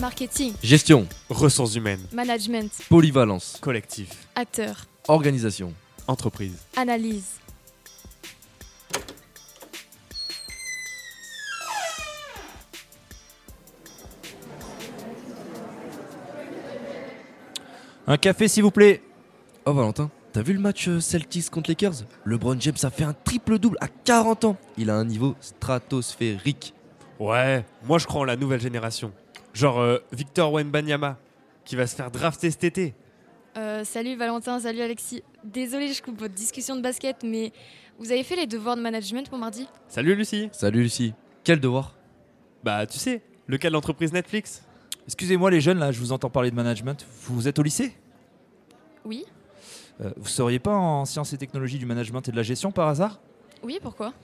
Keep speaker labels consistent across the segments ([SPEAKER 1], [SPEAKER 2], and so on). [SPEAKER 1] marketing,
[SPEAKER 2] Gestion,
[SPEAKER 3] Ressources humaines,
[SPEAKER 1] management,
[SPEAKER 2] polyvalence,
[SPEAKER 3] collectif,
[SPEAKER 1] acteur,
[SPEAKER 2] organisation.
[SPEAKER 3] entreprise.
[SPEAKER 1] analyse.
[SPEAKER 4] Un café, s'il vous plaît.
[SPEAKER 2] Oh Valentin, t'as vu le match euh, Celtics contre Lakers LeBron James a fait un triple-double à 40 ans. Il a un niveau stratosphérique.
[SPEAKER 3] Ouais, moi je crois en la nouvelle génération. Genre euh, Victor Wenbanyama, qui va se faire drafter cet été.
[SPEAKER 1] Euh, salut Valentin, salut Alexis. Désolé, je coupe votre discussion de basket, mais vous avez fait les devoirs de management pour mardi
[SPEAKER 3] Salut Lucie
[SPEAKER 2] Salut Lucie. Quel devoir
[SPEAKER 3] Bah tu sais, le cas de l'entreprise Netflix.
[SPEAKER 4] Excusez-moi les jeunes, là, je vous entends parler de management. Vous êtes au lycée
[SPEAKER 1] Oui.
[SPEAKER 4] Euh, Vous seriez pas en sciences et technologies du management et de la gestion par hasard
[SPEAKER 1] Oui, pourquoi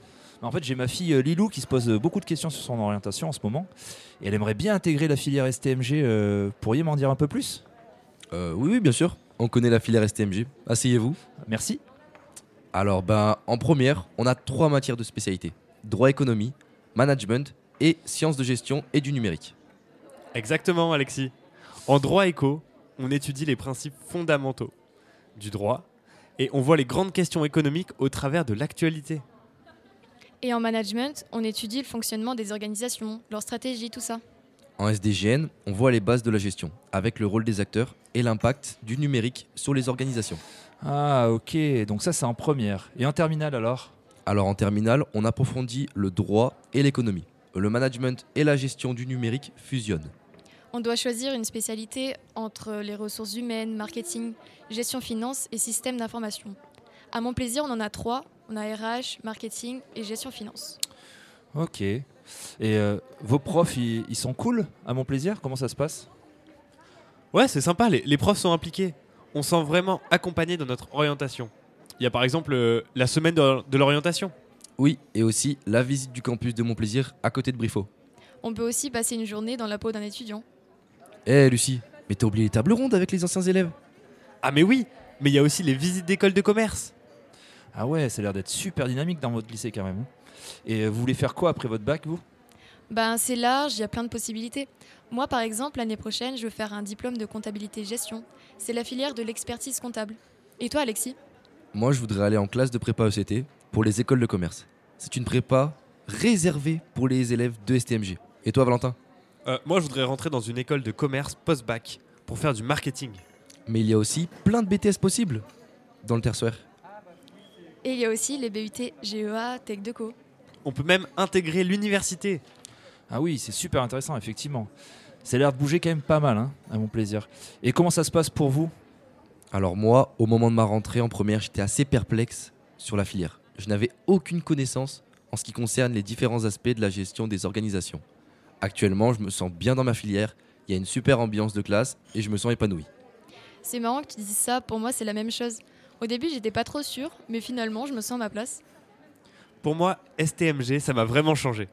[SPEAKER 4] En fait, j'ai ma fille euh, Lilou qui se pose euh, beaucoup de questions sur son orientation en ce moment. Et elle aimerait bien intégrer la filière STMG. euh, pourriez m'en dire un peu plus
[SPEAKER 2] euh, Oui, oui, bien sûr. On connaît la filière STMG. Asseyez-vous.
[SPEAKER 4] Merci.
[SPEAKER 2] Alors, ben, en première, on a trois matières de spécialité. Droit économie, management et sciences de gestion et du numérique.
[SPEAKER 3] Exactement Alexis. En droit éco, on étudie les principes fondamentaux du droit et on voit les grandes questions économiques au travers de l'actualité.
[SPEAKER 1] Et en management, on étudie le fonctionnement des organisations, leur stratégie, tout ça.
[SPEAKER 2] En SDGN, on voit les bases de la gestion, avec le rôle des acteurs et l'impact du numérique sur les organisations.
[SPEAKER 4] Ah, ok. Donc ça, c'est en première. Et en terminale, alors
[SPEAKER 2] Alors en terminale, on approfondit le droit et l'économie. Le management et la gestion du numérique fusionnent.
[SPEAKER 1] On doit choisir une spécialité entre les ressources humaines, marketing, gestion finance et système d'information. À mon plaisir, on en a trois. On a RH, marketing et gestion finance.
[SPEAKER 4] Ok. Et euh, vos profs, ils, ils sont cool À mon plaisir Comment ça se passe
[SPEAKER 3] Ouais, c'est sympa, les, les profs sont impliqués. On sent vraiment accompagné dans notre orientation. Il y a par exemple euh, la semaine de, de l'orientation.
[SPEAKER 2] Oui, et aussi la visite du campus de Montplaisir à côté de Briffaut.
[SPEAKER 1] On peut aussi passer une journée dans la peau d'un étudiant.
[SPEAKER 2] Eh Lucie, mais t'as oublié les tables rondes avec les anciens élèves
[SPEAKER 3] Ah mais oui, mais il y a aussi les visites d'écoles de commerce.
[SPEAKER 4] Ah ouais, ça a l'air d'être super dynamique dans votre lycée quand même. Et euh, vous voulez faire quoi après votre bac, vous
[SPEAKER 1] Ben, c'est large, il y a plein de possibilités. Moi, par exemple, l'année prochaine, je veux faire un diplôme de comptabilité-gestion. C'est la filière de l'expertise comptable. Et toi, Alexis
[SPEAKER 2] Moi, je voudrais aller en classe de prépa ECT pour les écoles de commerce. C'est une prépa réservée pour les élèves de STMG. Et toi, Valentin
[SPEAKER 3] Euh, moi, je voudrais rentrer dans une école de commerce post-bac pour faire du marketing.
[SPEAKER 2] Mais il y a aussi plein de BTS possibles dans le tertiaire.
[SPEAKER 1] Et il y a aussi les BUT, GEA, E Tech Deco.
[SPEAKER 3] On peut même intégrer l'université.
[SPEAKER 4] Ah oui, c'est super intéressant, effectivement. Ça a l'air de bouger quand même pas mal, hein, à mon plaisir. Et comment ça se passe pour vous
[SPEAKER 2] Alors moi, au moment de ma rentrée en première, j'étais assez perplexe sur la filière. Je n'avais aucune connaissance en ce qui concerne les différents aspects de la gestion des organisations. Actuellement, je me sens bien dans ma filière, il y a une super ambiance de classe et je me sens épanoui.
[SPEAKER 1] C'est marrant que tu dises ça, pour moi, c'est la même chose. Au début, j'étais pas trop sûre, mais finalement, je me sens à ma place.
[SPEAKER 3] Pour moi, STMG, ça m'a vraiment changé.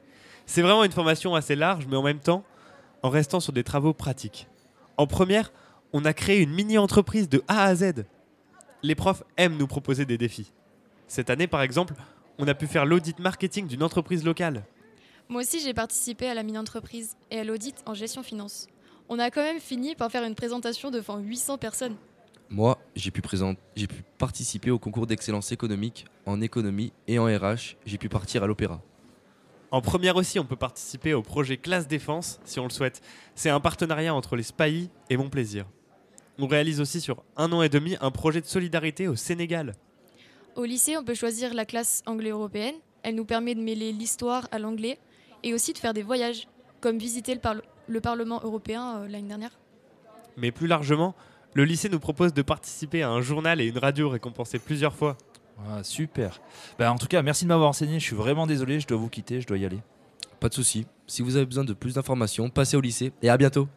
[SPEAKER 3] C'est vraiment une formation assez large, mais en même temps, en restant sur des travaux pratiques. En première, on a créé une mini-entreprise de A à Z. Les profs aiment nous proposer des défis. Cette année, par exemple, on a pu faire l'audit marketing d'une entreprise locale.
[SPEAKER 1] Moi aussi, j'ai participé à la mini-entreprise et à l'audit en gestion finance. On a quand même fini par faire une présentation devant 800 personnes.
[SPEAKER 2] Moi, j'ai pu, présent- j'ai pu participer au concours d'excellence économique en économie et en RH, j'ai pu partir à l'opéra.
[SPEAKER 3] En première aussi, on peut participer au projet Classe Défense si on le souhaite. C'est un partenariat entre les SPAI et Mon Plaisir. On réalise aussi sur un an et demi un projet de solidarité au Sénégal.
[SPEAKER 1] Au lycée, on peut choisir la classe anglais-européenne. Elle nous permet de mêler l'histoire à l'anglais et aussi de faire des voyages, comme visiter le, parle- le Parlement européen euh, l'année dernière.
[SPEAKER 3] Mais plus largement, le lycée nous propose de participer à un journal et une radio récompensés plusieurs fois.
[SPEAKER 4] Ah, Super. Bah, en tout cas, merci de m'avoir enseigné. Je suis vraiment désolé, je dois vous quitter, je dois y aller.
[SPEAKER 2] Pas de souci, si vous avez besoin de plus d'informations, passez au lycée et à bientôt.